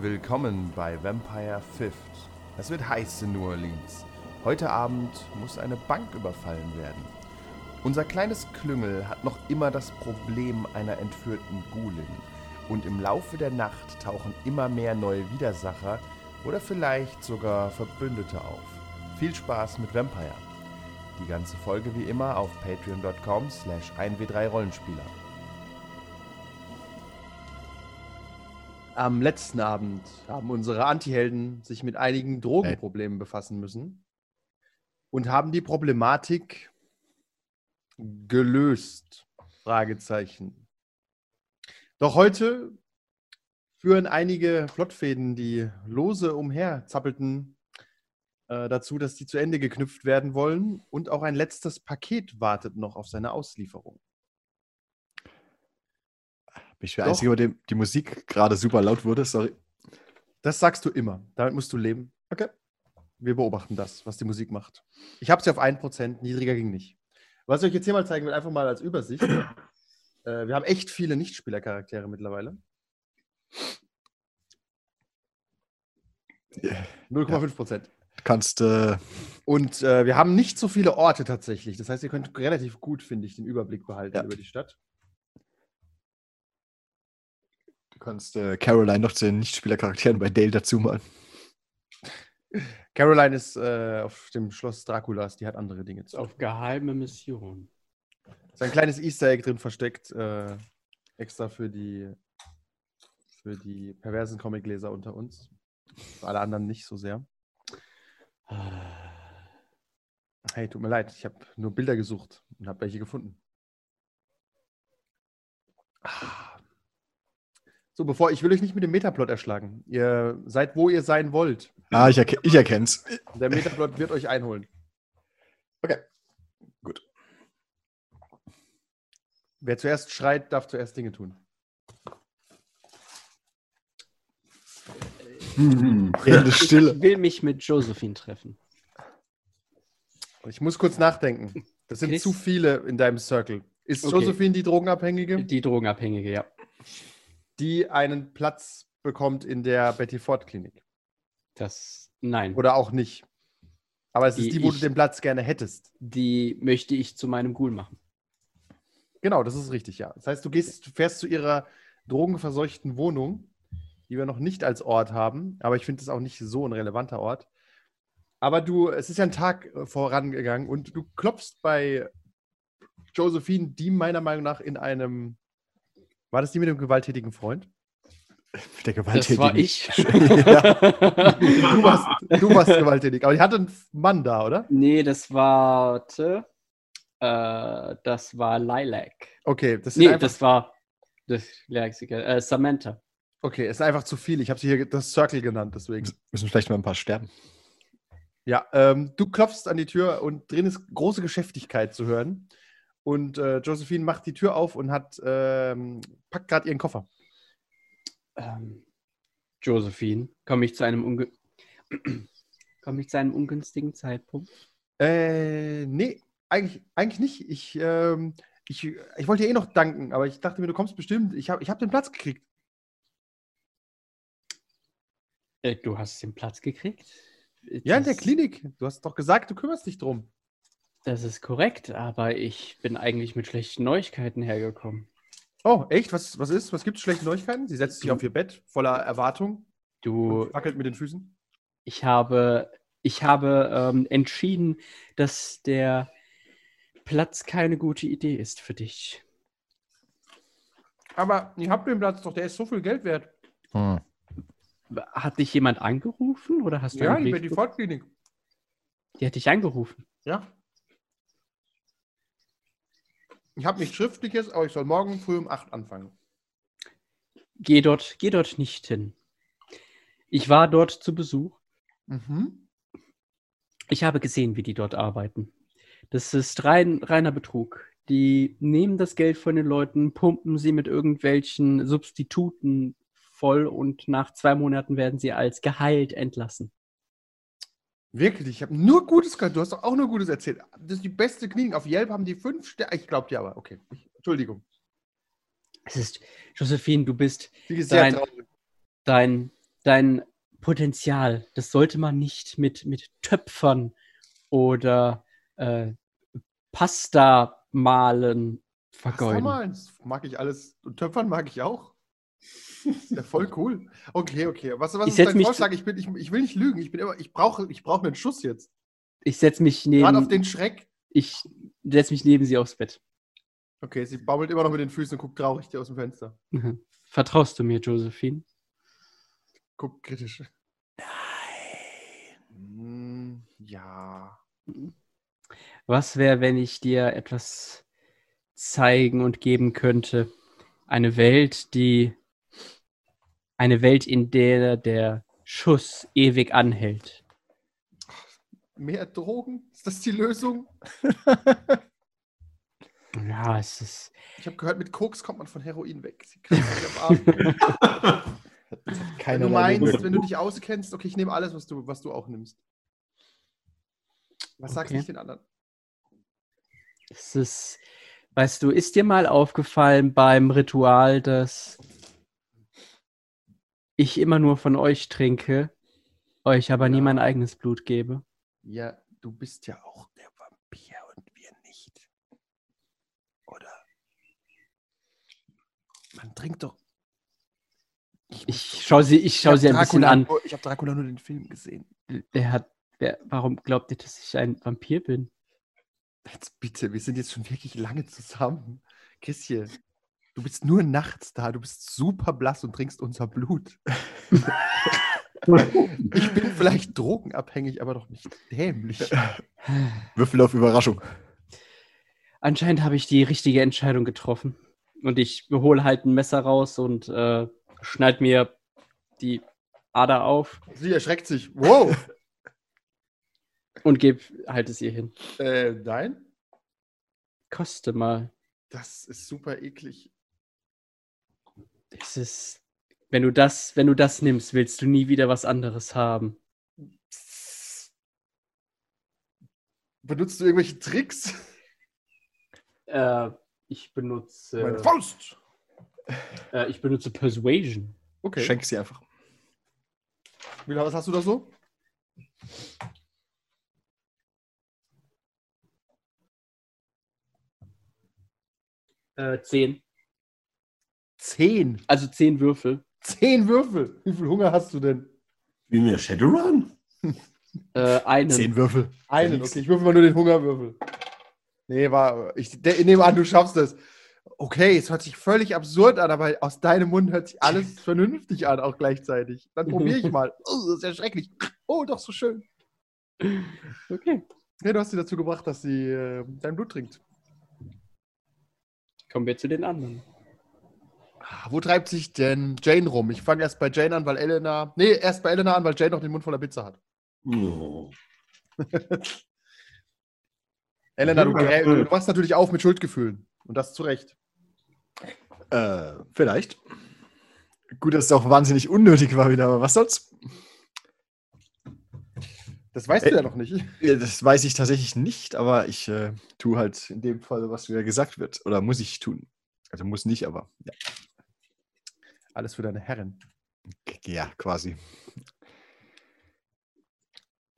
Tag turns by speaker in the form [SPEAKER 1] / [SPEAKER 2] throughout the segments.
[SPEAKER 1] Willkommen bei Vampire Fifth. Es wird heiß in New Orleans. Heute Abend muss eine Bank überfallen werden. Unser kleines Klüngel hat noch immer das Problem einer entführten Gulin. Und im Laufe der Nacht tauchen immer mehr neue Widersacher oder vielleicht sogar Verbündete auf. Viel Spaß mit Vampire. Die ganze Folge wie immer auf patreon.com slash 1w3rollenspieler. Am letzten Abend haben unsere Antihelden sich mit einigen Drogenproblemen befassen müssen und haben die Problematik gelöst. Fragezeichen. Doch heute führen einige Flottfäden, die lose umherzappelten, äh, dazu, dass die zu Ende geknüpft werden wollen und auch ein letztes Paket wartet noch auf seine Auslieferung.
[SPEAKER 2] Bin ich der
[SPEAKER 1] Doch.
[SPEAKER 2] Einzige, bei dem die Musik gerade super laut wurde? Sorry.
[SPEAKER 1] Das sagst du immer. Damit musst du leben. Okay. Wir beobachten das, was die Musik macht. Ich habe sie auf 1%, niedriger ging nicht. Was ich euch jetzt hier mal zeigen will, einfach mal als Übersicht. äh, wir haben echt viele Nichtspielercharaktere mittlerweile.
[SPEAKER 2] Ja.
[SPEAKER 1] 0,5%.
[SPEAKER 2] Du kannst, äh,
[SPEAKER 1] Und äh, wir haben nicht so viele Orte tatsächlich. Das heißt, ihr könnt relativ gut, finde ich, den Überblick behalten
[SPEAKER 2] Ja.
[SPEAKER 1] über die Stadt.
[SPEAKER 2] du kannst äh, Caroline noch zu den Nichtspielercharakteren bei Dale dazu malen.
[SPEAKER 1] Caroline ist äh, auf dem Schloss Draculas, die hat andere Dinge zu tun.
[SPEAKER 3] Auf geheime Mission.
[SPEAKER 1] Ist ein kleines Easter Egg drin versteckt, äh, extra für die, für die perversen Comicleser unter uns. Für alle anderen nicht so sehr.
[SPEAKER 3] Ah,
[SPEAKER 1] Hey, tut mir leid, ich habe nur Bilder gesucht und habe welche gefunden. Ah. So, bevor ich will euch nicht mit dem Metaplot erschlagen. Ihr seid, wo ihr sein wollt.
[SPEAKER 2] Ah, ich, erke ich erkenn's.
[SPEAKER 1] Der Metaplot wird euch einholen.
[SPEAKER 2] Okay. Gut.
[SPEAKER 1] Wer zuerst schreit, darf zuerst Dinge tun.
[SPEAKER 2] Ende Stille.
[SPEAKER 3] Ich will mich mit Josephine treffen.
[SPEAKER 1] Ich muss kurz nachdenken. Das sind
[SPEAKER 3] Chris?
[SPEAKER 1] zu viele in deinem Circle. Ist
[SPEAKER 3] Okay.
[SPEAKER 1] Josephine die Drogenabhängige,
[SPEAKER 3] Die Drogenabhängige, ja.
[SPEAKER 1] die einen Platz bekommt in der Betty Ford Klinik?
[SPEAKER 3] Das, nein.
[SPEAKER 1] Oder auch nicht? Aber es ist
[SPEAKER 3] Die
[SPEAKER 1] die, wo du
[SPEAKER 3] ich-
[SPEAKER 1] den Platz gerne hättest.
[SPEAKER 3] Die möchte ich zu meinem Ghoul machen.
[SPEAKER 1] Genau, das ist richtig, ja. Das heißt, du gehst, du fährst zu ihrer drogenverseuchten Wohnung, die wir noch nicht als Ort haben, aber ich finde es auch nicht so ein relevanter Ort. Aber du, es ist ja ein Tag äh, vorangegangen und du klopfst bei Josephine, die meiner Meinung nach in einem. War das die mit dem gewalttätigen Freund?
[SPEAKER 2] Der
[SPEAKER 3] Das
[SPEAKER 2] Gewalttätige.
[SPEAKER 3] war ich.
[SPEAKER 1] Du warst, du warst gewalttätig, aber die hatte einen Mann da, oder?
[SPEAKER 3] nee, das war. Warte, äh, das war Lilac.
[SPEAKER 1] Okay, das sind
[SPEAKER 3] Nee,
[SPEAKER 1] einfach,
[SPEAKER 3] das war. Das Lexiker, äh, Samantha.
[SPEAKER 1] okay, es ist einfach zu viel. Ich habe sie hier das Circle genannt, deswegen.
[SPEAKER 2] Müssen vielleicht mal ein paar sterben.
[SPEAKER 1] Ja, ähm, du klopfst an die Tür und drin ist große Geschäftigkeit zu hören. Und äh, Josephine macht die Tür auf und hat, ähm, packt gerade ihren Koffer.
[SPEAKER 3] Ähm, Josephine, komme ich zu einem unge komme ich zu einem ungünstigen Zeitpunkt?
[SPEAKER 1] Äh, nee, eigentlich, eigentlich nicht. Ich, ähm, ich, ich wollte dir eh noch danken, aber ich dachte mir, du kommst bestimmt. Ich habe ich hab den Platz gekriegt.
[SPEAKER 3] Äh, du hast den Platz gekriegt.
[SPEAKER 1] Ja, in der
[SPEAKER 3] Das-
[SPEAKER 1] Klinik. Du hast doch gesagt, du kümmerst dich drum.
[SPEAKER 3] Das ist korrekt, aber ich bin eigentlich mit schlechten Neuigkeiten hergekommen.
[SPEAKER 1] Oh, echt? Was, was ist? Was gibt es schlechte Neuigkeiten? Sie setzt sich auf ihr Bett voller Erwartung
[SPEAKER 3] Du,
[SPEAKER 1] und wackelt mit den Füßen.
[SPEAKER 3] ich habe, ich habe ähm, entschieden, dass der Platz keine gute Idee ist für dich.
[SPEAKER 1] Aber ich habe den Platz doch, der ist so viel Geld wert.
[SPEAKER 4] Hm.
[SPEAKER 3] Hat dich jemand angerufen oder hast du einen Brief be-
[SPEAKER 1] Fortklinik.
[SPEAKER 3] Die hat dich angerufen.
[SPEAKER 1] Ja. Ich habe nichts Schriftliches, aber ich soll morgen früh um 8 anfangen.
[SPEAKER 3] Geh dort, geh dort nicht hin. Ich war dort zu Besuch. Mhm. Ich habe gesehen, wie die dort arbeiten. Das ist rein, reiner Betrug. Die nehmen das Geld von den Leuten, pumpen sie mit irgendwelchen Substituten voll und nach zwei Monaten werden sie als geheilt entlassen.
[SPEAKER 1] Wirklich, ich habe nur Gutes gehört. Du hast doch auch nur Gutes erzählt. Das ist die beste Klinik. Auf Yelp haben die fünf Sterne. Ich glaube dir aber, okay. Ich, Entschuldigung.
[SPEAKER 3] Es ist, Josephine, du bist
[SPEAKER 1] Die ist
[SPEAKER 3] Dein-
[SPEAKER 1] traurig.
[SPEAKER 3] dein, dein Potenzial, das sollte man nicht mit, mit Töpfern oder äh, Pasta malen vergeuden.
[SPEAKER 1] Malen, das mag ich alles. Und Töpfern mag ich auch. Ist ja voll cool. Okay, okay. Was, was
[SPEAKER 3] Ich
[SPEAKER 1] ist
[SPEAKER 3] setz
[SPEAKER 1] dein
[SPEAKER 3] mich
[SPEAKER 1] Vorschlag? Ich, bin, ich, ich will nicht lügen. Ich bin immer, ich brauche, ich brauche einen Schuss jetzt.
[SPEAKER 3] Ich setze mich
[SPEAKER 1] Gerade auf
[SPEAKER 3] neben
[SPEAKER 1] den Schreck.
[SPEAKER 3] ich setz mich neben sie aufs Bett.
[SPEAKER 1] Okay, sie baumelt immer noch mit den Füßen und guckt traurig aus dem Fenster.
[SPEAKER 3] Mhm. Vertraust du mir, Josephine?
[SPEAKER 1] Guckt kritisch. Nein. Hm, Ja.
[SPEAKER 3] Was wäre, wenn ich dir etwas zeigen und geben könnte? Eine Welt, die eine Welt, in der der Schuss ewig anhält.
[SPEAKER 1] Mehr Drogen? Ist das die Lösung?
[SPEAKER 3] Ja, es ist
[SPEAKER 1] Ich habe gehört, mit Koks kommt man von Heroin weg. Sie kratzt sich am Arm. Wenn du
[SPEAKER 2] Keinerlei
[SPEAKER 1] meinst,
[SPEAKER 2] Wirkung.
[SPEAKER 1] wenn du dich auskennst, okay, ich nehme alles, was du, was du auch nimmst. Was sagst du
[SPEAKER 3] Okay.
[SPEAKER 1] nicht den anderen?
[SPEAKER 3] Es ist, weißt du, ist dir mal aufgefallen beim Ritual, dass ich immer nur von euch trinke, euch aber nie
[SPEAKER 1] Ja.
[SPEAKER 3] mein eigenes Blut gebe?
[SPEAKER 1] Ja, du bist ja auch der Vampir und wir nicht. Oder? Man trinkt doch.
[SPEAKER 3] Ich schaue sie, ich schau
[SPEAKER 1] hab
[SPEAKER 3] sie ein bisschen
[SPEAKER 1] Dracula,
[SPEAKER 3] an.
[SPEAKER 1] nur- Ich habe Dracula nur den Film gesehen.
[SPEAKER 3] Wer hat, wer, warum glaubt ihr, dass ich ein Vampir bin?
[SPEAKER 1] Jetzt bitte, wir sind jetzt schon wirklich lange zusammen. Kisschen, du bist nur nachts da, du bist super blass und trinkst unser Blut. ich bin vielleicht drogenabhängig, aber doch nicht dämlich.
[SPEAKER 2] Würfel auf Überraschung.
[SPEAKER 3] Anscheinend habe ich die richtige Entscheidung getroffen. Und ich hole halt ein Messer raus und äh, schneid mir die Ader auf
[SPEAKER 1] Sie erschreckt sich. Wow!
[SPEAKER 3] und gebe halt es ihr hin.
[SPEAKER 1] äh, nein?
[SPEAKER 3] Koste mal.
[SPEAKER 1] Das ist super eklig.
[SPEAKER 3] Es ist, wenn du das, wenn du das nimmst, willst du nie wieder was anderes haben.
[SPEAKER 1] Benutzt du irgendwelche Tricks?
[SPEAKER 3] Äh, ich benutze,
[SPEAKER 1] Faust!
[SPEAKER 3] äh, ich benutze Persuasion.
[SPEAKER 1] Okay.
[SPEAKER 2] Schenk sie einfach.
[SPEAKER 1] Mila, was hast du da so?
[SPEAKER 3] Äh, zehn.
[SPEAKER 1] Zehn.
[SPEAKER 3] Also zehn Würfel.
[SPEAKER 1] Zehn Würfel. Wie viel Hunger hast du denn?
[SPEAKER 4] Wie mir Shadowrun?
[SPEAKER 3] Äh, einen.
[SPEAKER 2] Zehn Würfel.
[SPEAKER 1] Einen. Okay, ich würfel mal nur den Hungerwürfel. Nee, war. Ich de- nehme an, du schaffst das. Okay, es hört sich völlig absurd an, aber aus deinem Mund hört sich alles vernünftig an, auch gleichzeitig. Dann probiere ich mal. Oh, das ist ja schrecklich. Oh, doch so schön.
[SPEAKER 3] Okay.
[SPEAKER 1] Nee, du hast sie dazu gebracht, dass sie äh, dein Blut trinkt.
[SPEAKER 3] Kommen wir zu den anderen.
[SPEAKER 1] Ah, Wo treibt sich denn Jane rum? Ich fange erst bei Jane an, weil Elena. Nee, erst bei Elena an, weil Jane noch den Mund voller Pizza hat.
[SPEAKER 4] No.
[SPEAKER 1] Elena, du,
[SPEAKER 4] Ja,
[SPEAKER 1] grä-
[SPEAKER 4] cool.
[SPEAKER 1] du wachst natürlich auf mit Schuldgefühlen. Und das zu Recht.
[SPEAKER 2] Äh, vielleicht. Gut, dass es auch wahnsinnig unnötig war wieder, aber was sonst?
[SPEAKER 1] Das weißt
[SPEAKER 2] Ä-
[SPEAKER 1] du ja noch nicht.
[SPEAKER 2] Ja, Das weiß ich tatsächlich nicht, aber ich äh, tue halt in dem Fall, was mir gesagt wird. Oder muss ich tun. Also muss nicht, aber ja,
[SPEAKER 1] Alles für deine Herren.
[SPEAKER 2] ja quasi.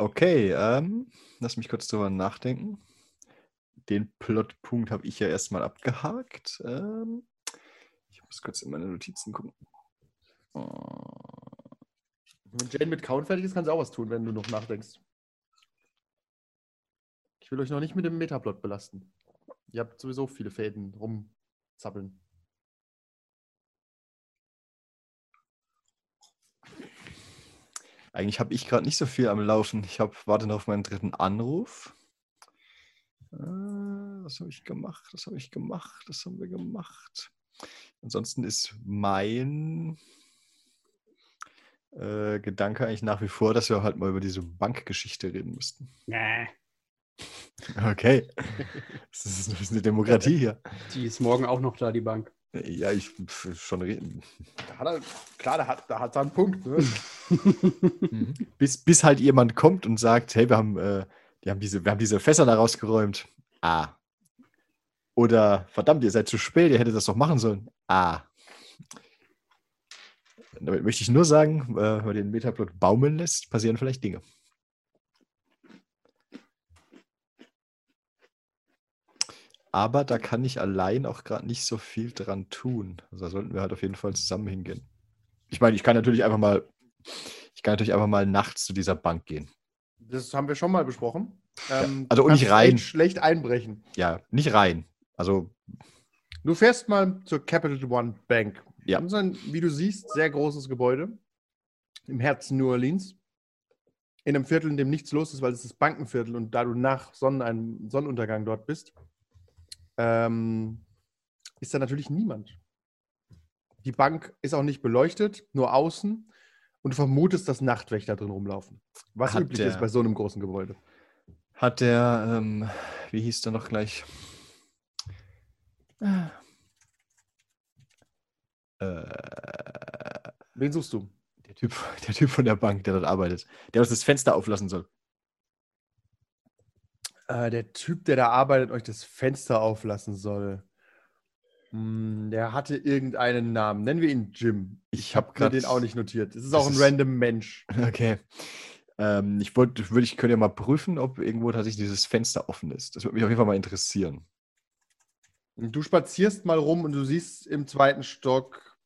[SPEAKER 2] Okay, ähm, lass mich kurz drüber nachdenken. Den Plotpunkt habe ich ja erstmal abgehakt. Ähm, ich muss kurz in meine Notizen gucken.
[SPEAKER 1] Wenn Jane mit Count fertig ist, kann sie auch was tun, wenn du noch nachdenkst. Ich will euch noch nicht mit dem Metaplot belasten. Ihr habt sowieso viele Fäden rumzappeln.
[SPEAKER 2] Eigentlich habe ich gerade nicht so viel am Laufen. Ich hab, warte noch auf meinen dritten Anruf. Äh, was habe ich gemacht? Das habe ich gemacht. Das haben wir gemacht. Ansonsten ist mein äh, Gedanke eigentlich nach wie vor, dass wir halt mal über diese Bankgeschichte reden müssten.
[SPEAKER 3] Nah.
[SPEAKER 2] Okay. Das ist, das ist eine Demokratie hier.
[SPEAKER 3] Die ist morgen auch noch da, die Bank.
[SPEAKER 2] Ja, ich pf, schon reden.
[SPEAKER 1] Da hat er, klar, da hat, da hat er einen Punkt. Ne?
[SPEAKER 2] Bis, bis halt jemand kommt und sagt, hey, wir haben, äh, die haben, diese, wir haben diese Fässer da rausgeräumt. Ah. Oder verdammt, ihr seid zu spät, ihr hättet das doch machen sollen. Ah. Damit möchte ich nur sagen, äh, wenn man den Metaplot baumeln lässt, passieren vielleicht Dinge. Aber da kann ich allein auch gerade nicht so viel dran tun. Also da sollten wir halt auf jeden Fall zusammen hingehen. Ich meine, ich kann natürlich einfach mal, ich kann natürlich einfach mal nachts zu dieser Bank gehen.
[SPEAKER 1] Das haben wir schon mal besprochen. Ähm,
[SPEAKER 2] also
[SPEAKER 1] du
[SPEAKER 2] und nicht
[SPEAKER 1] kannst echt
[SPEAKER 2] rein.
[SPEAKER 1] Schlecht einbrechen.
[SPEAKER 2] Ja, nicht rein. Also
[SPEAKER 1] Du fährst mal zur Capital One Bank.
[SPEAKER 2] Ja.
[SPEAKER 1] Das ist ein, wie du siehst, sehr großes Gebäude im Herzen New Orleans. In einem Viertel, in dem nichts los ist, weil es das Bankenviertel und da du nach Sonnenein Sonnenuntergang dort bist, ähm, ist da natürlich niemand. Die Bank ist auch nicht beleuchtet, nur außen. Und du vermutest, dass Nachtwächter drin rumlaufen. Was
[SPEAKER 2] Hat
[SPEAKER 1] üblich
[SPEAKER 2] der-
[SPEAKER 1] ist bei so einem großen Gebäude.
[SPEAKER 2] hat der, ähm, wie hieß der noch gleich? Ah. Äh,
[SPEAKER 1] Wen suchst du?
[SPEAKER 2] Der typ, der typ von der Bank, der dort arbeitet, der uns das Fenster auflassen soll.
[SPEAKER 1] Äh, der Typ, der da arbeitet, euch das Fenster auflassen soll. Hm, der hatte irgendeinen Namen. Nennen wir ihn Jim.
[SPEAKER 2] Ich
[SPEAKER 1] hab
[SPEAKER 2] hab grad-
[SPEAKER 1] mir den auch nicht notiert. Es ist
[SPEAKER 2] Das
[SPEAKER 1] auch ein
[SPEAKER 2] ist-
[SPEAKER 1] random Mensch.
[SPEAKER 2] Okay. Ähm, ich wollte, würde ich könnte ja mal prüfen, ob irgendwo tatsächlich dieses Fenster offen ist. Das würde mich auf jeden Fall mal interessieren.
[SPEAKER 1] Und du spazierst mal rum und du siehst im zweiten Stock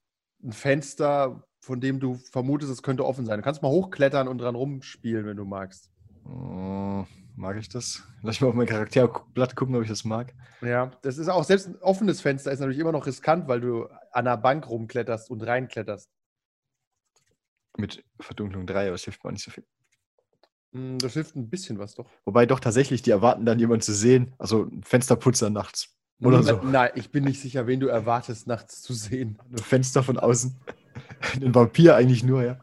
[SPEAKER 1] ein Fenster, von dem du vermutest, es könnte offen sein. Du kannst mal hochklettern und dran rumspielen, wenn du magst.
[SPEAKER 2] Mm, mag ich das? Lass ich mal auf mein Charakterblatt gucken, ob ich das mag.
[SPEAKER 1] Ja, das ist auch selbst ein offenes Fenster ist natürlich immer noch riskant, weil du an einer Bank rumkletterst und reinkletterst.
[SPEAKER 2] Mit Verdunklung 3, aber das hilft mir auch nicht so viel.
[SPEAKER 1] Hm, Das hilft ein bisschen was doch.
[SPEAKER 2] Wobei doch tatsächlich, die erwarten dann jemanden zu sehen. Also ein Fensterputzer nachts. Oder so.
[SPEAKER 1] Nein, ich bin nicht sicher, wen du erwartest, nachts zu sehen.
[SPEAKER 2] Ein Fenster von außen. Ein Vampir eigentlich nur, ja.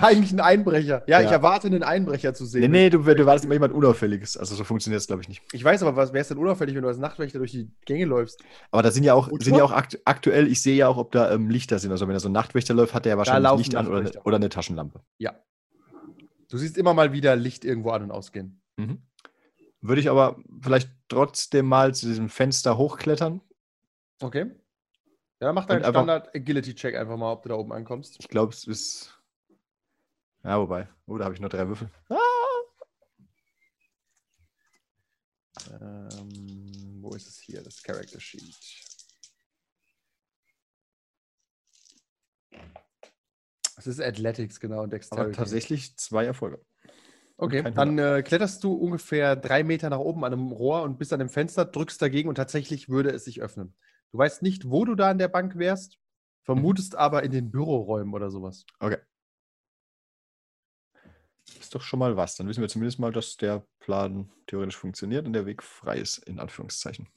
[SPEAKER 1] Eigentlich ein Einbrecher. Ja,
[SPEAKER 2] Ja.
[SPEAKER 1] ich erwarte einen Einbrecher zu sehen.
[SPEAKER 2] Nee, nee, du, du warst immer jemand Unauffälliges. Also so funktioniert es, glaube ich, nicht.
[SPEAKER 1] Ich weiß aber, was wäre es denn unauffällig, wenn du als Nachtwächter durch die Gänge läufst?
[SPEAKER 2] Aber da sind ja auch,
[SPEAKER 1] Und
[SPEAKER 2] sind ja
[SPEAKER 1] schon-
[SPEAKER 2] auch akt aktuell, ich sehe ja auch, ob da ähm, Lichter sind. Also wenn da so ein Nachtwächter läuft, hat er ja wahrscheinlich
[SPEAKER 1] laufen
[SPEAKER 2] Licht an oder, ne,
[SPEAKER 1] Nachtwächter.
[SPEAKER 2] oder eine Taschenlampe.
[SPEAKER 1] Du siehst immer mal wieder Licht irgendwo an und ausgehen.
[SPEAKER 2] Mhm. Würde ich aber vielleicht trotzdem mal zu diesem Fenster hochklettern.
[SPEAKER 1] Okay. Ja, mach
[SPEAKER 2] Und
[SPEAKER 1] deinen
[SPEAKER 2] einfach-
[SPEAKER 1] Standard-Agility-Check einfach mal, ob du da oben ankommst.
[SPEAKER 2] Ich glaube, es ist. Ja, wobei. Oh, da habe ich nur drei Würfel.
[SPEAKER 1] Ähm, wo ist es hier, das Character Sheet? Es ist Athletics, genau, und
[SPEAKER 2] Aber
[SPEAKER 1] Dexterity.
[SPEAKER 2] tatsächlich zwei Erfolge.
[SPEAKER 1] Okay,
[SPEAKER 2] kein
[SPEAKER 1] dann äh, kletterst du ungefähr drei Meter nach oben an einem Rohr und bist an dem Fenster, drückst dagegen und tatsächlich würde es sich öffnen. Du weißt nicht, wo du da an der Bank wärst, vermutest aber in den Büroräumen oder sowas.
[SPEAKER 2] Ist doch schon mal was. Dann wissen wir zumindest mal, dass der Plan theoretisch funktioniert und der Weg frei ist, in Anführungszeichen.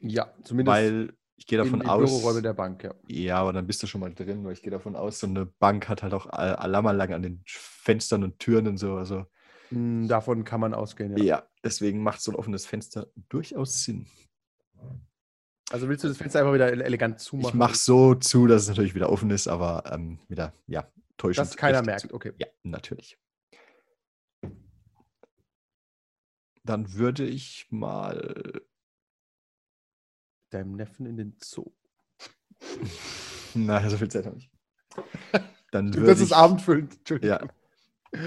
[SPEAKER 1] Ja, zumindest
[SPEAKER 2] Weil ich gehe davon
[SPEAKER 1] in die
[SPEAKER 2] aus.
[SPEAKER 1] Büroräume der Bank, ja.
[SPEAKER 2] Ja, aber dann bist du schon mal drin, weil ich gehe davon aus, so eine Bank hat halt auch Al- Alarmanlagen an den Fenstern und Türen und so. Also
[SPEAKER 1] Mm, Davon kann man ausgehen,
[SPEAKER 2] ja,
[SPEAKER 1] ja.
[SPEAKER 2] deswegen macht so ein offenes Fenster durchaus Sinn.
[SPEAKER 1] Also willst du das Fenster einfach wieder ele- elegant zumachen?
[SPEAKER 2] Ich mache so zu, dass es natürlich wieder offen ist, aber ähm, wieder, ja, täuschend.
[SPEAKER 1] Dass keiner
[SPEAKER 2] recht
[SPEAKER 1] merkt,
[SPEAKER 2] zu.
[SPEAKER 1] okay.
[SPEAKER 2] Ja, natürlich. Dann würde ich mal.
[SPEAKER 1] Deinem Neffen in den Zoo.
[SPEAKER 2] Naja, so viel Zeit habe ich. Dann
[SPEAKER 1] Du
[SPEAKER 2] würde
[SPEAKER 1] wirst es
[SPEAKER 2] ich-
[SPEAKER 1] abendfüllend. Entschuldigung.
[SPEAKER 2] Ja.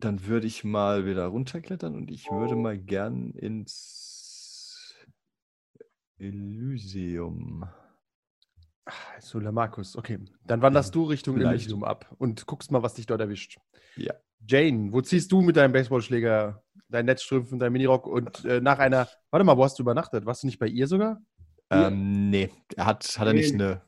[SPEAKER 2] Dann würde ich mal wieder runterklettern und ich würde mal gern ins
[SPEAKER 1] Hm?
[SPEAKER 2] Elysium.
[SPEAKER 1] Ah, Sula Markus, okay. Dann wanderst du Richtung
[SPEAKER 2] Vielleicht.
[SPEAKER 1] Elysium ab und guckst mal, was dich dort erwischt.
[SPEAKER 2] Ja.
[SPEAKER 1] Jane, wo ziehst du mit deinem Baseballschläger, deinen Netzstrümpfen, deinem Minirock und äh, nach einer. Warte mal, wo hast du übernachtet? Warst du nicht bei ihr sogar? Ja.
[SPEAKER 2] Ähm, nee, er hat, hat er nicht
[SPEAKER 4] Nee.
[SPEAKER 2] eine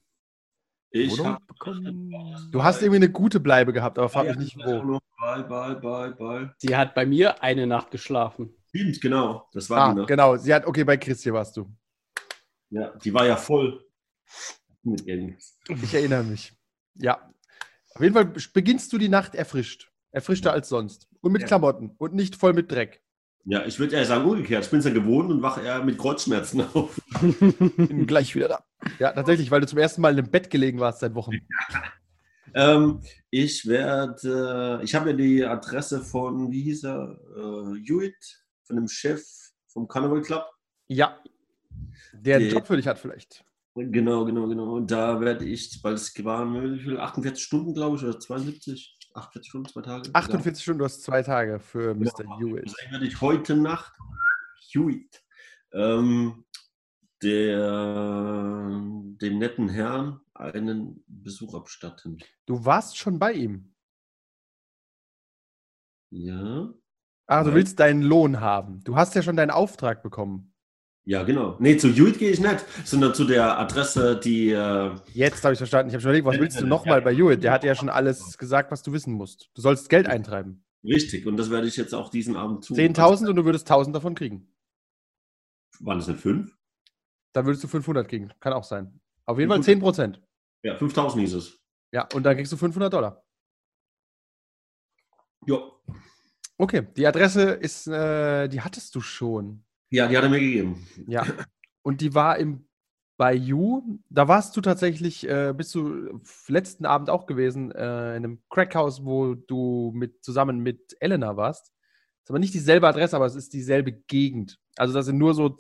[SPEAKER 4] Ich
[SPEAKER 2] Wohnung
[SPEAKER 4] hab-
[SPEAKER 2] bekommen?
[SPEAKER 1] Du hast irgendwie eine gute Bleibe gehabt, aber frag mich nicht wo.
[SPEAKER 4] Ball, Ball, Ball, Ball.
[SPEAKER 3] Sie hat bei mir eine Nacht geschlafen.
[SPEAKER 4] Stimmt, genau. Das war
[SPEAKER 1] Ah,
[SPEAKER 4] die Nacht.
[SPEAKER 1] genau. Sie hat, okay, bei Christi warst du.
[SPEAKER 4] Ja, die war ja voll. Mit ihr nichts.
[SPEAKER 1] Ich erinnere mich. Ja. Auf jeden Fall beginnst du die Nacht erfrischt. Erfrischter als sonst. Und mit
[SPEAKER 4] Ja.
[SPEAKER 1] Klamotten und nicht voll mit Dreck.
[SPEAKER 4] Ja, ich würde eher sagen, umgekehrt. Ich bin es ja gewohnt und wache eher mit Kreuzschmerzen auf.
[SPEAKER 2] Bin gleich wieder da.
[SPEAKER 1] Ja, tatsächlich, weil du zum ersten Mal im Bett gelegen warst seit Wochen.
[SPEAKER 4] Ähm, ich werde, ich habe ja die Adresse von, wie hieß er, äh, Hewitt, von dem Chef vom Carnival Club.
[SPEAKER 1] Ja. Der einen
[SPEAKER 4] Die-
[SPEAKER 1] Job für dich hat vielleicht.
[SPEAKER 4] Genau, genau, genau. Und da werde ich, weil es waren wie viel, 48 Stunden, glaube ich, oder 72, 48 Stunden, zwei Tage.
[SPEAKER 1] 48 Stunden, du hast zwei Tage für
[SPEAKER 4] Ja.
[SPEAKER 1] Mr. Hewitt.
[SPEAKER 4] Deswegen werde ich heute Nacht Hewitt, ähm, der, dem netten Herrn einen Besuch abstatten.
[SPEAKER 1] Du warst schon bei ihm.
[SPEAKER 4] Ja.
[SPEAKER 1] Ah, du
[SPEAKER 4] Nein.
[SPEAKER 1] willst deinen Lohn haben. Du hast ja schon deinen Auftrag bekommen.
[SPEAKER 4] Ja, genau. Nee, zu Hewitt gehe ich nicht, sondern zu der Adresse, die. Äh,
[SPEAKER 1] Jetzt habe ich verstanden. Ich habe schon überlegt, was willst du nochmal bei Hewitt? Der hat ja schon alles gesagt, was du wissen musst. Du sollst Geld eintreiben.
[SPEAKER 4] richtig, und das werde ich jetzt auch diesen Abend tun.
[SPEAKER 1] 10.000 und du würdest 1.000 davon kriegen.
[SPEAKER 4] Also, Waren es nicht fünf?
[SPEAKER 1] Dann würdest du 500 kriegen. Kann auch sein. Auf jeden Fall 10 Prozent.
[SPEAKER 4] Ja, 5000 hieß es.
[SPEAKER 1] Ja, und dann kriegst du 500 Dollar.
[SPEAKER 4] Jo.
[SPEAKER 1] Okay, die Adresse ist, äh, die hattest du schon.
[SPEAKER 4] Ja, die hat er mir gegeben.
[SPEAKER 1] Ja. Und die war im bei You. Da warst du tatsächlich, äh, bist du f- letzten Abend auch gewesen, äh, in einem Crackhaus, wo du mit zusammen mit Elena warst. Ist aber nicht dieselbe Adresse, aber es ist dieselbe Gegend. Also das sind nur so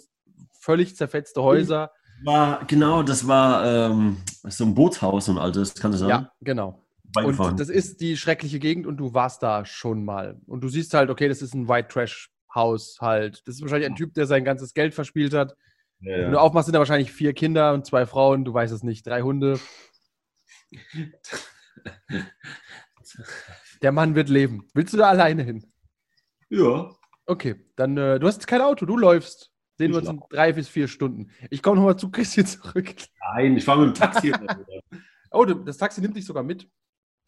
[SPEAKER 1] völlig zerfetzte Häuser.
[SPEAKER 4] War, genau, das war ähm, so ein Bootshaus und all das, kann ich sagen.
[SPEAKER 1] Ja, genau. Und das ist die schreckliche Gegend und du warst da schon mal. Und du siehst halt, okay, das ist ein White Trash Haushalt. Das ist wahrscheinlich ein Typ, der sein ganzes Geld verspielt hat.
[SPEAKER 4] ja,
[SPEAKER 1] Wenn du
[SPEAKER 4] ja.
[SPEAKER 1] aufmachst, sind da wahrscheinlich vier Kinder und zwei Frauen, du weißt es nicht, drei Hunde. Der Mann wird leben. Willst du da alleine hin?
[SPEAKER 4] ja.
[SPEAKER 1] Okay, dann äh, du hast kein Auto, du läufst. Sehen wir uns
[SPEAKER 4] Ich
[SPEAKER 1] in drei bis vier Stunden. Ich komme nochmal zu Christian zurück.
[SPEAKER 4] Nein, ich fahre mit dem Taxi.
[SPEAKER 1] Oh, du, das Taxi nimmt dich sogar mit.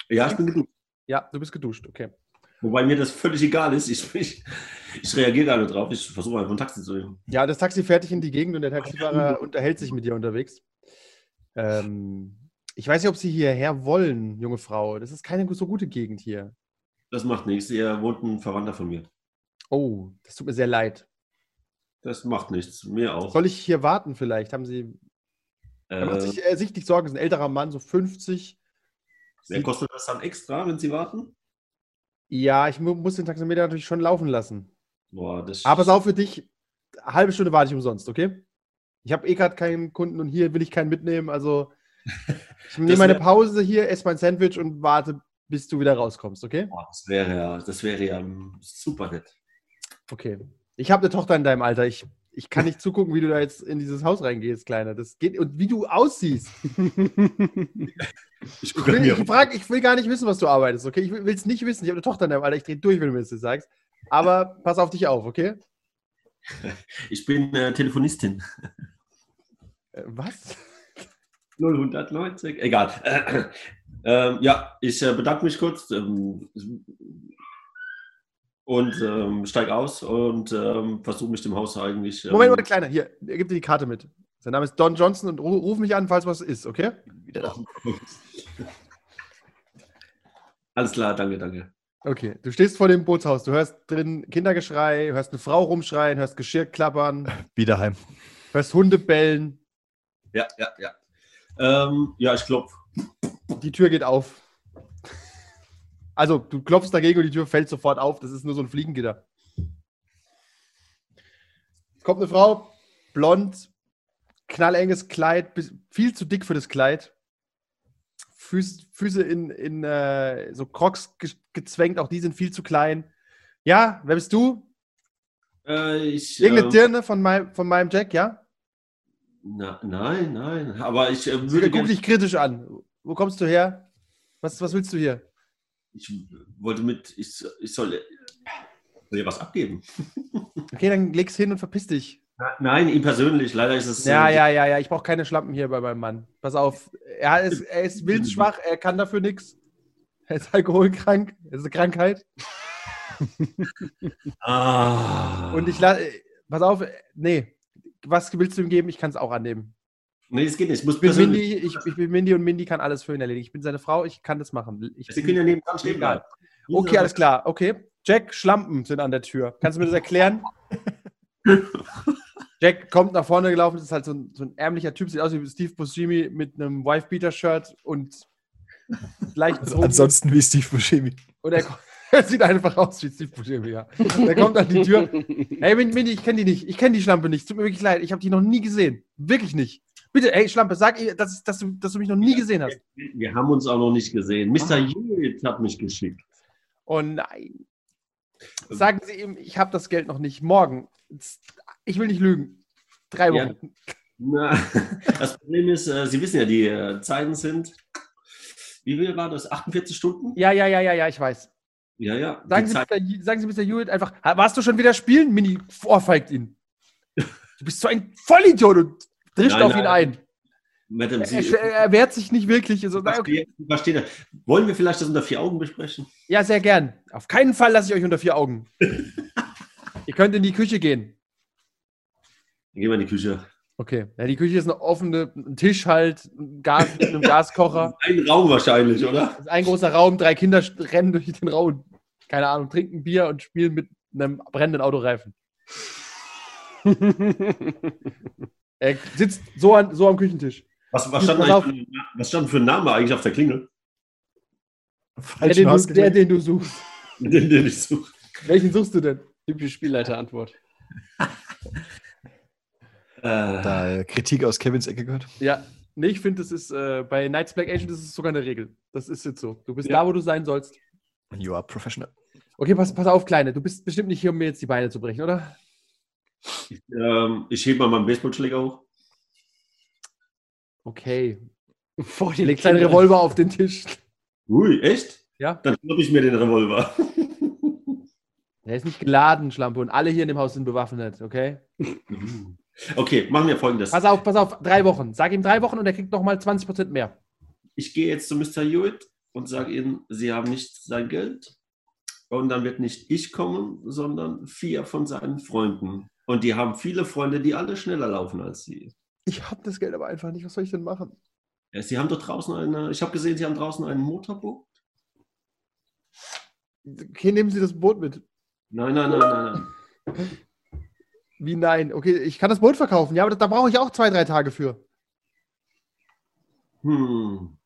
[SPEAKER 4] ja, ich bin genug.
[SPEAKER 1] Ja, du bist geduscht, okay.
[SPEAKER 4] Wobei mir das völlig egal ist. Ich, ich, ich reagiere gar nicht drauf. Ich versuche einfach ein Taxi zu nehmen.
[SPEAKER 1] Ja, das Taxi fährt dich in die Gegend und der Taxifahrer unterhält sich mit dir unterwegs. Ähm, ich weiß nicht, ob sie hierher wollen, junge Frau. Das ist keine so gute Gegend hier.
[SPEAKER 4] Das macht nichts. Ihr wohnt ein Verwandter von mir.
[SPEAKER 1] Oh, das tut mir sehr leid.
[SPEAKER 4] Das macht nichts. Mir auch.
[SPEAKER 1] Soll ich hier warten vielleicht? Haben Sie. Er macht
[SPEAKER 4] Äh,
[SPEAKER 1] sich ersichtlich Sorgen. Ist ein älterer Mann, so 50.
[SPEAKER 4] wer kostet das dann extra, wenn Sie warten?
[SPEAKER 1] Ja, ich mu muss den Taxameter natürlich schon laufen lassen.
[SPEAKER 4] Boah, das
[SPEAKER 1] Aber sau für dich. eine Halbe Stunde warte ich umsonst, okay? Ich habe eh gerade keinen Kunden und hier will ich keinen mitnehmen. Also, ich nehme
[SPEAKER 4] Das
[SPEAKER 1] meine
[SPEAKER 4] wär-
[SPEAKER 1] Pause hier, esse mein Sandwich und warte, bis du wieder rauskommst, okay?
[SPEAKER 4] Boah, das wäre ja, das wäre ja ähm, super nett.
[SPEAKER 1] Okay. Ich habe eine Tochter in deinem Alter. Ich, ich kann nicht zugucken, wie du da jetzt in dieses Haus reingehst, Kleiner. Das geht. Und wie du aussiehst. Ich
[SPEAKER 4] Ich
[SPEAKER 1] will, ich,
[SPEAKER 4] programmiere.
[SPEAKER 1] frag, ich will gar nicht wissen, was du arbeitest, okay? Ich will es nicht wissen. Ich habe eine Tochter in deinem Alter. Ich drehe durch, wenn du mir das jetzt sagst. Aber pass auf dich auf, okay?
[SPEAKER 4] Ich bin äh, Telefonistin.
[SPEAKER 1] Äh, was?
[SPEAKER 4] 090, egal. ähm, ja, ich äh, bedanke mich kurz ähm, und ähm, steige aus und ähm, versuche mich dem Haus eigentlich. Ähm,
[SPEAKER 1] Moment, Moment, Kleiner. Hier, er gibt dir die Karte mit. Sein Name ist Don Johnson und ru- ruf mich an, falls was ist, okay?
[SPEAKER 4] Alles klar, danke, danke.
[SPEAKER 1] Okay. Du stehst vor dem Bootshaus. Du hörst drin Kindergeschrei, hörst eine Frau rumschreien, hörst Geschirr klappern,
[SPEAKER 2] Wieder heim.
[SPEAKER 1] hörst Hunde bellen.
[SPEAKER 4] Ja, ja, ja. Ähm, ja, ich klopfe.
[SPEAKER 1] Die Tür geht auf. Also, du klopfst dagegen und die Tür fällt sofort auf. Das ist nur so ein Fliegengitter. Es kommt eine Frau, blond, knallenges Kleid, bis- viel zu dick für das Kleid. Füß, Füße in, in äh, so Crocs ge gezwängt, auch die sind viel zu klein. Ja, wer bist du?
[SPEAKER 4] Äh, ich,
[SPEAKER 1] Irgendeine
[SPEAKER 4] ähm,
[SPEAKER 1] Dirne von, mein, von meinem Jack, ja?
[SPEAKER 4] na, nein, nein, aber ich äh,
[SPEAKER 1] Ich
[SPEAKER 4] würde
[SPEAKER 1] guck
[SPEAKER 4] gerne
[SPEAKER 1] dich kritisch an. Wo kommst du her? Was, was willst du hier?
[SPEAKER 4] Ich wollte mit, ich, ich soll, äh, soll ihr was abgeben.
[SPEAKER 1] Okay, dann leg's hin und verpiss dich.
[SPEAKER 4] Nein, ihm persönlich, leider ist es.
[SPEAKER 1] Ja,
[SPEAKER 4] äh,
[SPEAKER 1] ja, ja, ja. Ich brauche keine Schlampen hier bei meinem Mann. Pass auf. Er ist, er ist willensschwach, er kann dafür nichts. Er ist alkoholkrank, es ist eine Krankheit.
[SPEAKER 4] Ah.
[SPEAKER 1] Und ich lasse. Pass auf, nee. Was willst du ihm geben? Ich kann es auch annehmen.
[SPEAKER 4] Nee, das geht nicht. Ich muss
[SPEAKER 1] Ich bin,
[SPEAKER 4] persönlich.
[SPEAKER 1] Mindy, ich, ich bin Mindy und Mindy kann alles für ihn erledigen. Ich bin seine Frau, ich kann das machen. Ich
[SPEAKER 4] Sie können ja
[SPEAKER 1] bin,
[SPEAKER 4] nebenan stehen
[SPEAKER 1] Egal.
[SPEAKER 4] bleiben.
[SPEAKER 1] okay, alles klar. Okay. Jack, Schlampen sind an der Tür. Kannst du mir das erklären? Jack kommt nach vorne gelaufen, ist halt so ein, so ein ärmlicher Typ, sieht aus wie Steve Buscemi mit einem Wife-Beater-Shirt und leicht
[SPEAKER 2] Ansonsten wie Steve Buscemi.
[SPEAKER 1] Und er, ko- er sieht einfach aus wie Steve Buscemi, ja. Der kommt an die Tür. Hey, Min- Mindy, ich kenne die nicht. Ich kenne die Schlampe nicht. Tut mir wirklich leid. Ich habe die noch nie gesehen. Wirklich nicht. Bitte, ey, Schlampe, sag ihr, dass, ich- dass, du, dass du mich noch nie gesehen hast.
[SPEAKER 4] Wir haben uns auch noch nicht gesehen.
[SPEAKER 1] Ah.
[SPEAKER 4] Mr. Hewitt hat mich geschickt.
[SPEAKER 1] Oh nein.
[SPEAKER 4] Also-
[SPEAKER 1] Sagen Sie ihm, ich habe das Geld noch nicht. Morgen. Ich will nicht lügen. Drei
[SPEAKER 4] Ja.
[SPEAKER 1] Wochen.
[SPEAKER 4] Na, das Problem ist, äh, Sie wissen ja, die äh, Zeiten sind, wie viel war das? 48 Stunden?
[SPEAKER 1] Ja, ja, ja, ja, ja, ich weiß.
[SPEAKER 4] Ja, ja.
[SPEAKER 1] Sagen
[SPEAKER 4] die
[SPEAKER 1] Sie,
[SPEAKER 4] Zeit,
[SPEAKER 1] Mr. Ju- sagen Sie Mr. Hewitt einfach, "Ha, warst du schon wieder spielen? Mini ohrfeigt ihn. Du bist so ein Vollidiot und drischt
[SPEAKER 4] Nein,
[SPEAKER 1] auf
[SPEAKER 4] nein.
[SPEAKER 1] ihn ein.
[SPEAKER 4] Madame,
[SPEAKER 1] Er,
[SPEAKER 4] Sie,
[SPEAKER 1] er, er wehrt sich nicht wirklich. Also, So, nein, Äh, okay.
[SPEAKER 4] verstehe, verstehe. Wollen wir vielleicht das unter vier Augen besprechen?
[SPEAKER 1] Ja, sehr gern. Auf keinen Fall lasse ich euch unter vier Augen. Ihr könnt in die Küche gehen.
[SPEAKER 4] Dann gehen wir in die Küche.
[SPEAKER 1] Okay. Ja, die Küche ist eine offene, ein Tisch halt, ein Gas mit einem Gaskocher.
[SPEAKER 4] Ein Raum wahrscheinlich, oder?
[SPEAKER 1] Das ist ein großer Raum, drei Kinder st- rennen durch den Raum. Keine Ahnung, trinken Bier und spielen mit einem brennenden Autoreifen. Er sitzt so, an, so am Küchentisch.
[SPEAKER 4] Was, was, stand
[SPEAKER 1] Pass
[SPEAKER 4] eigentlich für, ein- was stand für ein Name eigentlich auf der Klingel?
[SPEAKER 1] Der
[SPEAKER 2] Falsch
[SPEAKER 1] den, du, der, den du suchst.
[SPEAKER 4] Den, den ich suche.
[SPEAKER 1] Welchen suchst du denn?
[SPEAKER 3] Typische Spielleiterantwort.
[SPEAKER 4] Äh,
[SPEAKER 2] Da äh, Kritik aus Kevins Ecke gehört.
[SPEAKER 1] Ja, nee, ich finde, das ist äh, bei Knights Black Agent ist es sogar eine Regel. Das ist jetzt so. Du bist da, wo du sein sollst.
[SPEAKER 2] You are professional.
[SPEAKER 1] Okay, pass, pass auf, Kleine. Du bist bestimmt nicht hier, um mir jetzt die Beine zu brechen, oder?
[SPEAKER 4] ähm, ich hebe mal meinen Baseballschläger hoch.
[SPEAKER 1] Okay.
[SPEAKER 3] Vor
[SPEAKER 1] Er
[SPEAKER 3] den
[SPEAKER 1] legt seinen
[SPEAKER 3] Kindern.
[SPEAKER 1] Revolver auf den Tisch.
[SPEAKER 4] Ui, echt?
[SPEAKER 1] Ja.
[SPEAKER 4] Dann schnapp ich mir den Revolver.
[SPEAKER 1] Er ist nicht geladen, Schlampe. Und alle hier in dem Haus sind bewaffnet, okay?
[SPEAKER 4] Okay, machen wir folgendes.
[SPEAKER 1] Mhm. Pass auf, pass auf. Drei Wochen. Sag ihm drei Wochen und er kriegt nochmal 20% mehr.
[SPEAKER 4] ich gehe jetzt zu Mr. Hewitt und sage ihm, Sie haben nicht sein Geld. Und dann wird nicht ich kommen, sondern vier von seinen Freunden. Und die haben viele Freunde, die alle schneller laufen als sie.
[SPEAKER 1] Ich hab das Geld aber einfach nicht. Was soll ich denn machen?
[SPEAKER 4] Äh, Sie haben dort draußen eine, ich habe gesehen, Sie haben draußen einen Motorboot.
[SPEAKER 1] Okay, nehmen Sie das Boot mit.
[SPEAKER 4] Nein, nein, nein, nein, nein.
[SPEAKER 1] Wie nein? Okay, ich kann das Boot verkaufen. Ja, aber da brauche ich auch zwei, drei Tage für.
[SPEAKER 4] Hm.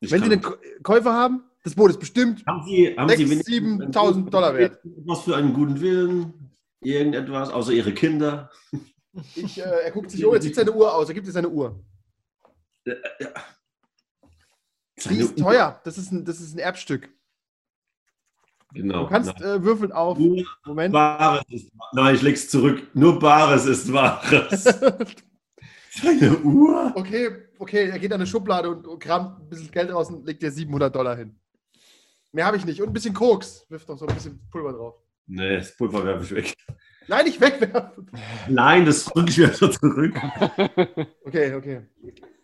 [SPEAKER 4] Ich
[SPEAKER 1] Wenn
[SPEAKER 4] kann-
[SPEAKER 1] Sie einen K- Käufer haben, das Boot ist bestimmt
[SPEAKER 4] haben Sie, haben Sie
[SPEAKER 1] sechs,
[SPEAKER 4] wenigstens
[SPEAKER 1] sieben
[SPEAKER 4] einen
[SPEAKER 1] tausend
[SPEAKER 4] guten-
[SPEAKER 1] Dollar wert.
[SPEAKER 4] Was für einen guten Willen, irgendetwas, außer Ihre Kinder.
[SPEAKER 1] Ich, äh, er guckt sich um, jetzt sieht seine Uhr aus, er gibt dir seine Uhr. Die ist teuer, das ist ein, das ist ein Erbstück.
[SPEAKER 4] Genau.
[SPEAKER 1] Du kannst
[SPEAKER 4] nein.
[SPEAKER 1] äh, würfeln auf,
[SPEAKER 4] Nur
[SPEAKER 1] Moment,
[SPEAKER 4] Bares ist Nein, ich leg's zurück. Nur Bares ist Wahres. Eine Uhr?
[SPEAKER 1] okay, okay, er geht an eine Schublade und, und kramt ein bisschen Geld raus und legt dir 700 Dollar hin. Mehr habe ich nicht und ein bisschen Koks, wirft noch so ein bisschen Pulver drauf.
[SPEAKER 4] Nee, das Pulver werfe ich weg.
[SPEAKER 1] Nein, ich wegwerfen.
[SPEAKER 4] Nein, das rück ich wieder so zurück.
[SPEAKER 1] Okay, okay.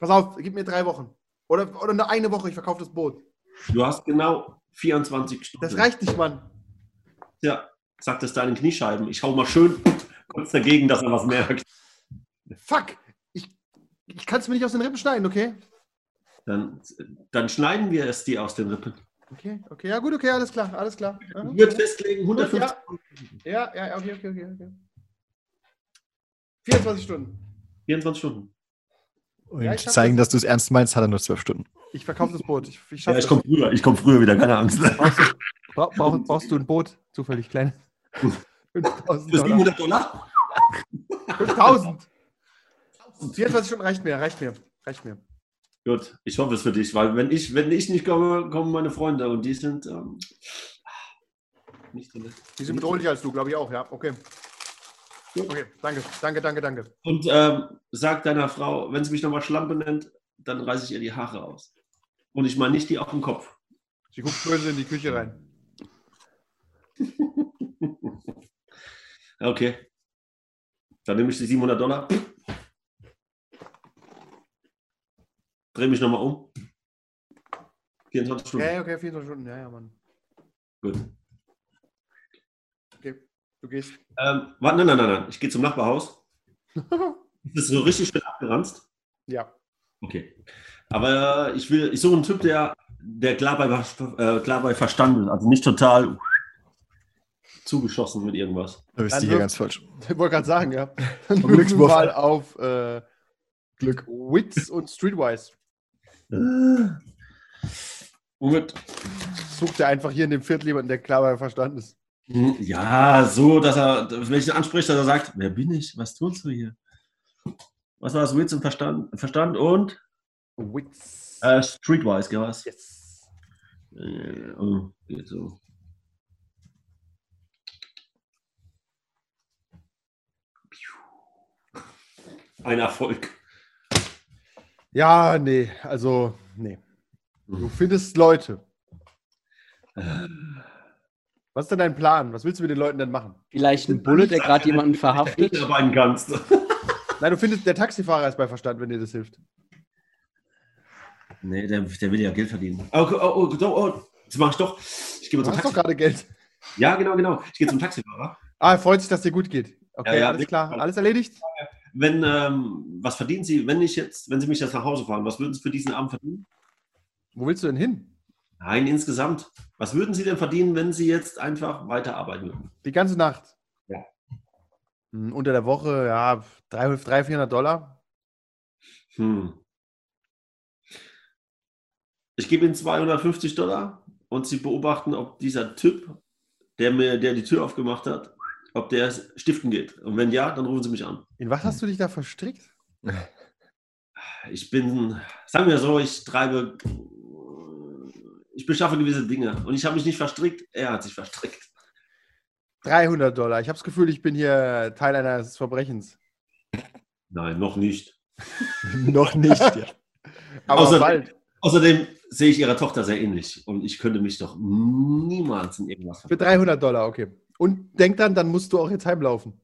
[SPEAKER 1] Pass auf, gib mir drei Wochen. Oder, oder nur eine Woche, ich verkaufe das Boot.
[SPEAKER 4] Du hast genau 24 Stunden.
[SPEAKER 1] Das reicht nicht, Mann.
[SPEAKER 4] Ja, sagt es deinen Kniescheiben. Ich hau mal schön kurz dagegen, dass er was merkt.
[SPEAKER 1] Fuck, ich, ich kann es mir nicht aus den Rippen schneiden, okay?
[SPEAKER 4] Dann, dann schneiden wir es dir aus den Rippen.
[SPEAKER 1] Okay, okay, ja gut, okay, alles klar, alles klar. Aha.
[SPEAKER 4] Ich würde festlegen, 150.
[SPEAKER 1] Ja, ja, ja, okay, okay, okay. okay. 24 Stunden.
[SPEAKER 4] 24 Stunden.
[SPEAKER 2] Und
[SPEAKER 1] Ja, ich hab
[SPEAKER 2] zeigen, dass du es ernst meinst, hat er nur zwölf Stunden.
[SPEAKER 1] Ich verkaufe das Boot. Ich, ich
[SPEAKER 4] Ja,
[SPEAKER 1] schaffe
[SPEAKER 4] ich komme früher. Ich komme früher wieder, keine Angst. Für
[SPEAKER 1] Bra brauch, brauchst du ein Boot? Zufällig, klein. 5000 Dollar.
[SPEAKER 4] 700 Dollar?
[SPEAKER 1] 5000. 24 Stunden reicht mir, reicht mir, reicht mir.
[SPEAKER 4] Gut, ich hoffe es für dich, weil wenn ich, wenn ich nicht komme, kommen meine Freunde und die sind ähm, nicht so nett.
[SPEAKER 1] Die sind bedrohlicher als du, glaube ich auch, ja. Okay. Okay, danke, danke, danke, danke.
[SPEAKER 4] Und ähm, sag deiner Frau, wenn sie mich nochmal Schlampe nennt, dann reiße ich ihr die Haare aus. Und ich meine nicht die auf dem Kopf.
[SPEAKER 1] Sie guckt böse in die Küche rein.
[SPEAKER 4] Okay. Dann nehme ich die 700 Dollar. Dreh mich nochmal um. 24 Stunden.
[SPEAKER 1] Ja, okay, 24 Stunden, ja, ja, Mann.
[SPEAKER 4] Gut.
[SPEAKER 1] Okay, du gehst.
[SPEAKER 4] Ähm, warte, nein, nein, nein, nein. Ich gehe zum Nachbarhaus. Bist du so richtig schön abgeranzt?
[SPEAKER 1] Ja.
[SPEAKER 4] Okay. Aber äh, ich will, ich suche einen Typ, der, der klar, bei, äh, klar bei Verstand ist. Also nicht total zugeschossen mit irgendwas.
[SPEAKER 2] Da bist
[SPEAKER 1] Dann
[SPEAKER 2] du hier
[SPEAKER 1] wirf-
[SPEAKER 2] ganz falsch.
[SPEAKER 1] Ich wollte gerade sagen, ja. Dann
[SPEAKER 2] Glückswurf.
[SPEAKER 1] mal auf äh,
[SPEAKER 2] Glück.
[SPEAKER 1] Wits und Streetwise.
[SPEAKER 4] Womit?
[SPEAKER 1] Sucht er einfach hier in dem Viertel jemanden, der klar bei Verstand ist.
[SPEAKER 4] hm, Ja, so, dass er, wenn ich ihn anspreche, dass er sagt, wer bin ich? Was tust du hier? Was war das? Witz und Verstand, Verstand und
[SPEAKER 5] Witz.
[SPEAKER 4] äh, Streetwise, gell was?
[SPEAKER 5] yes.
[SPEAKER 4] Äh, oh, geht so. Ein Erfolg.
[SPEAKER 1] Ja, nee, also, nee. Du findest Leute. Äh. Was ist denn dein Plan? Was willst du mit den Leuten denn machen?
[SPEAKER 3] Vielleicht ein Bulle, der gerade jemanden
[SPEAKER 4] Ich
[SPEAKER 3] verhaftet.
[SPEAKER 4] bin aber ein ganz.
[SPEAKER 1] Nein, du findest, der Taxifahrer ist bei Verstand, wenn dir das hilft.
[SPEAKER 4] Nee, der, der will ja Geld verdienen. Oh, oh, oh, oh, oh. das mache ich doch. Ich gehe mal
[SPEAKER 1] Du
[SPEAKER 4] zum
[SPEAKER 1] hast
[SPEAKER 4] Taxi.
[SPEAKER 1] doch gerade Geld.
[SPEAKER 4] Ja, genau, genau. Ich gehe zum Taxifahrer.
[SPEAKER 1] Ah, er freut sich, dass dir gut geht. Okay,
[SPEAKER 4] Ja, ja,
[SPEAKER 1] alles
[SPEAKER 4] wirklich.
[SPEAKER 1] klar. Alles erledigt?
[SPEAKER 4] Wenn, ähm, was verdienen Sie, wenn ich jetzt, wenn Sie mich jetzt nach Hause fahren, was würden Sie für diesen Abend verdienen?
[SPEAKER 1] Wo willst du denn hin?
[SPEAKER 4] Nein, insgesamt. Was würden Sie denn verdienen, wenn Sie jetzt einfach weiterarbeiten würden?
[SPEAKER 1] Die ganze Nacht?
[SPEAKER 4] Ja.
[SPEAKER 1] Hm, unter der Woche, ja, 300, 400 Dollar.
[SPEAKER 4] Hm. Ich gebe Ihnen 250 Dollar und Sie beobachten, ob dieser Typ, der mir, der die Tür aufgemacht hat, ob der stiften geht. Und wenn ja, dann rufen Sie mich an.
[SPEAKER 1] In was
[SPEAKER 4] Hm.
[SPEAKER 1] hast du dich da verstrickt?
[SPEAKER 4] Ich bin, sagen wir so, ich treibe, ich beschaffe gewisse Dinge und ich habe mich nicht verstrickt, er hat sich verstrickt.
[SPEAKER 1] 300 Dollar. Ich habe das Gefühl, ich bin hier Teil eines Verbrechens.
[SPEAKER 4] Nein, noch nicht.
[SPEAKER 2] Noch nicht. Ja.
[SPEAKER 1] Aber
[SPEAKER 4] Außer-
[SPEAKER 1] bald.
[SPEAKER 4] Außerdem sehe ich ihrer Tochter sehr ähnlich und ich könnte mich doch niemals in irgendwas
[SPEAKER 1] Für 300 Dollar, okay. Und denk dann, dann musst du auch jetzt heimlaufen.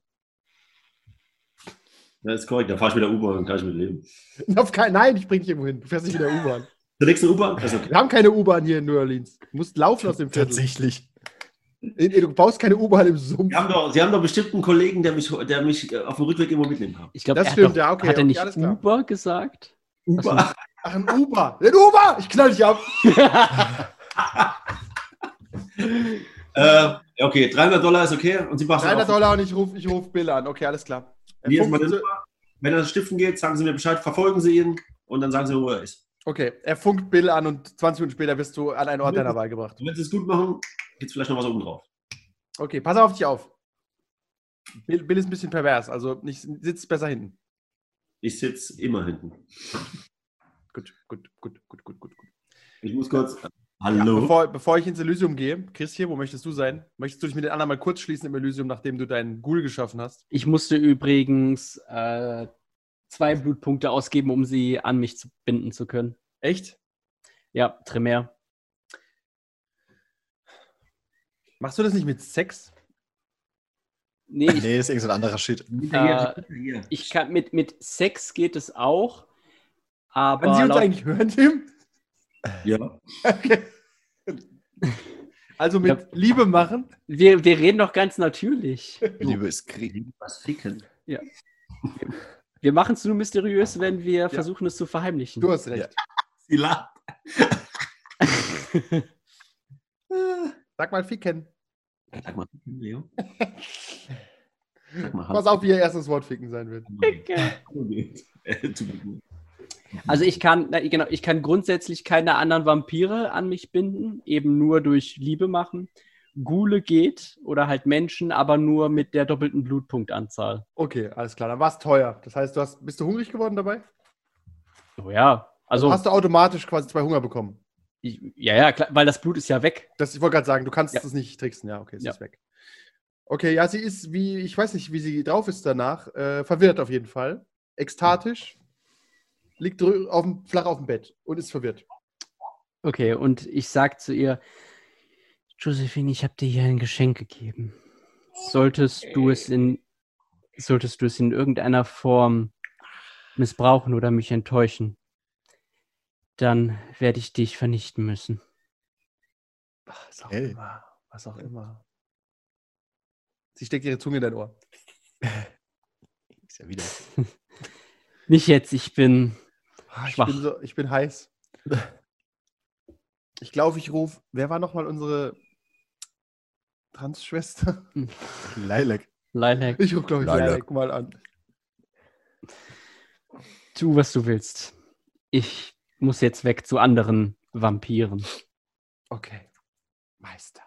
[SPEAKER 4] Das ist korrekt, da fahre ich mit der U-Bahn und kann ich mit leben.
[SPEAKER 1] Auf kein, nein, ich bring dich irgendwo hin. Du fährst nicht mit der U-Bahn.
[SPEAKER 4] Zur nächsten U-Bahn? Das ist okay.
[SPEAKER 1] Wir haben keine U-Bahn hier in New Orleans. Du musst laufen aus dem Viertel.
[SPEAKER 2] Tatsächlich.
[SPEAKER 1] Ey, ey, Du baust keine U-Bahn im Sumpf.
[SPEAKER 4] Sie haben, doch, Sie haben doch bestimmt einen Kollegen, der mich, der mich äh, auf dem Rückweg immer mitnehmen kann.
[SPEAKER 3] Ich glaube,
[SPEAKER 1] Das
[SPEAKER 3] er hat,
[SPEAKER 1] stimmt,
[SPEAKER 3] doch,
[SPEAKER 1] ja, okay,
[SPEAKER 3] hat er
[SPEAKER 1] okay,
[SPEAKER 3] nicht
[SPEAKER 1] alles klar.
[SPEAKER 3] Uber gesagt?
[SPEAKER 4] U-Bahn.
[SPEAKER 1] Ach, ein Uber. Ein Uber! Ich knall dich ab.
[SPEAKER 4] Äh, ja, okay, 300 Dollar ist okay und Sie machen
[SPEAKER 1] 300 Dollar und ich rufe ich ruf Bill an. Okay, alles klar. Er
[SPEAKER 4] Hier ist
[SPEAKER 1] funkt
[SPEAKER 4] meine
[SPEAKER 1] so-
[SPEAKER 4] Nummer. Wenn er stiften geht, sagen Sie mir Bescheid, verfolgen Sie ihn und dann sagen Sie, wo er ist.
[SPEAKER 1] okay, er funkt Bill an und 20 Minuten später bist du an einen Ort deiner Wahl gebracht.
[SPEAKER 4] Und wenn sie es gut machen, gibt es vielleicht noch was oben drauf.
[SPEAKER 1] Okay, pass auf dich auf. Bill, Bill ist ein bisschen pervers, also nicht, sitzt besser hinten.
[SPEAKER 4] Ich sitze immer hinten.
[SPEAKER 1] Gut, gut, gut, gut, gut, gut. gut.
[SPEAKER 4] Ich muss kurz. äh,
[SPEAKER 1] Ja,
[SPEAKER 4] Hallo.
[SPEAKER 1] bevor, bevor ich ins Elysium gehe, Christian, wo möchtest du sein? Möchtest du dich mit den anderen mal kurz schließen im Elysium, nachdem du deinen Ghoul geschaffen hast?
[SPEAKER 3] Ich musste übrigens äh, zwei Blutpunkte ausgeben, um sie an mich zu binden zu können.
[SPEAKER 1] Echt?
[SPEAKER 3] Ja, Tremere.
[SPEAKER 1] Machst du das nicht mit Sex?
[SPEAKER 3] Nee, ich,
[SPEAKER 2] Nee, ist irgendein anderer Shit.
[SPEAKER 4] Hinterher,
[SPEAKER 3] äh,
[SPEAKER 4] hinterher.
[SPEAKER 3] ich kann mit, mit Sex geht es auch, aber
[SPEAKER 1] Kann sie uns
[SPEAKER 3] laut-
[SPEAKER 1] eigentlich hören, Tim?
[SPEAKER 4] ja.
[SPEAKER 1] Okay. Also mit
[SPEAKER 3] Ja.
[SPEAKER 1] Liebe machen.
[SPEAKER 3] wir, wir reden doch ganz natürlich.
[SPEAKER 2] Liebe ist Krieg.
[SPEAKER 4] Was ficken?
[SPEAKER 3] Wir machen es nur mysteriös, wenn wir
[SPEAKER 1] Ja.
[SPEAKER 3] versuchen, es zu verheimlichen.
[SPEAKER 1] Du hast recht.
[SPEAKER 4] Sie lacht.
[SPEAKER 1] Sag mal ficken.
[SPEAKER 4] Sag mal, ficken, Leo. Sag mal,
[SPEAKER 1] Pass auf, wie ihr erstes Wort ficken sein wird.
[SPEAKER 4] Äh,
[SPEAKER 3] Also ich kann, na, genau, ich kann grundsätzlich keine anderen Vampire an mich binden, eben nur durch Liebe machen. Gule geht oder halt Menschen, aber nur mit der doppelten Blutpunktanzahl.
[SPEAKER 1] Okay, alles klar. Dann war es teuer. Das heißt, du hast, bist du hungrig geworden dabei?
[SPEAKER 3] Oh ja, also
[SPEAKER 1] Hast du automatisch quasi zwei Hunger bekommen?
[SPEAKER 3] ich, ja, ja, klar, weil das Blut ist ja weg.
[SPEAKER 1] Das, ich wollte gerade sagen, du kannst
[SPEAKER 3] Ja.
[SPEAKER 1] das nicht tricksen. Ja, okay, es
[SPEAKER 3] Ja.
[SPEAKER 1] ist weg. Okay, ja, sie ist wie, ich weiß nicht, wie sie drauf ist danach. Äh, verwirrt auf jeden Fall. Ekstatisch. Liegt drü- auf dem, flach auf dem Bett und ist verwirrt.
[SPEAKER 3] Okay, und ich sag zu ihr, Josephine, ich habe dir hier ein Geschenk gegeben. Solltest du es in, solltest du es in irgendeiner Form missbrauchen oder mich enttäuschen, dann werde ich dich vernichten müssen.
[SPEAKER 1] Was auch
[SPEAKER 2] Hey.
[SPEAKER 1] immer. Was auch immer. Sie steckt ihre Zunge in dein Ohr.
[SPEAKER 2] Ist ja wieder.
[SPEAKER 3] Nicht jetzt, ich bin.
[SPEAKER 1] Ah, Ich
[SPEAKER 3] Schwach.
[SPEAKER 1] bin, so, ich bin heiß. Ich glaube, ich rufe. Wer war nochmal unsere Trans-Schwester?
[SPEAKER 2] Lilac.
[SPEAKER 3] Lilac,
[SPEAKER 1] Ich rufe, glaube ich,
[SPEAKER 2] Leider.
[SPEAKER 1] Leilac mal an.
[SPEAKER 3] tu, was du willst. Ich muss jetzt weg zu anderen Vampiren.
[SPEAKER 1] Okay. Meister.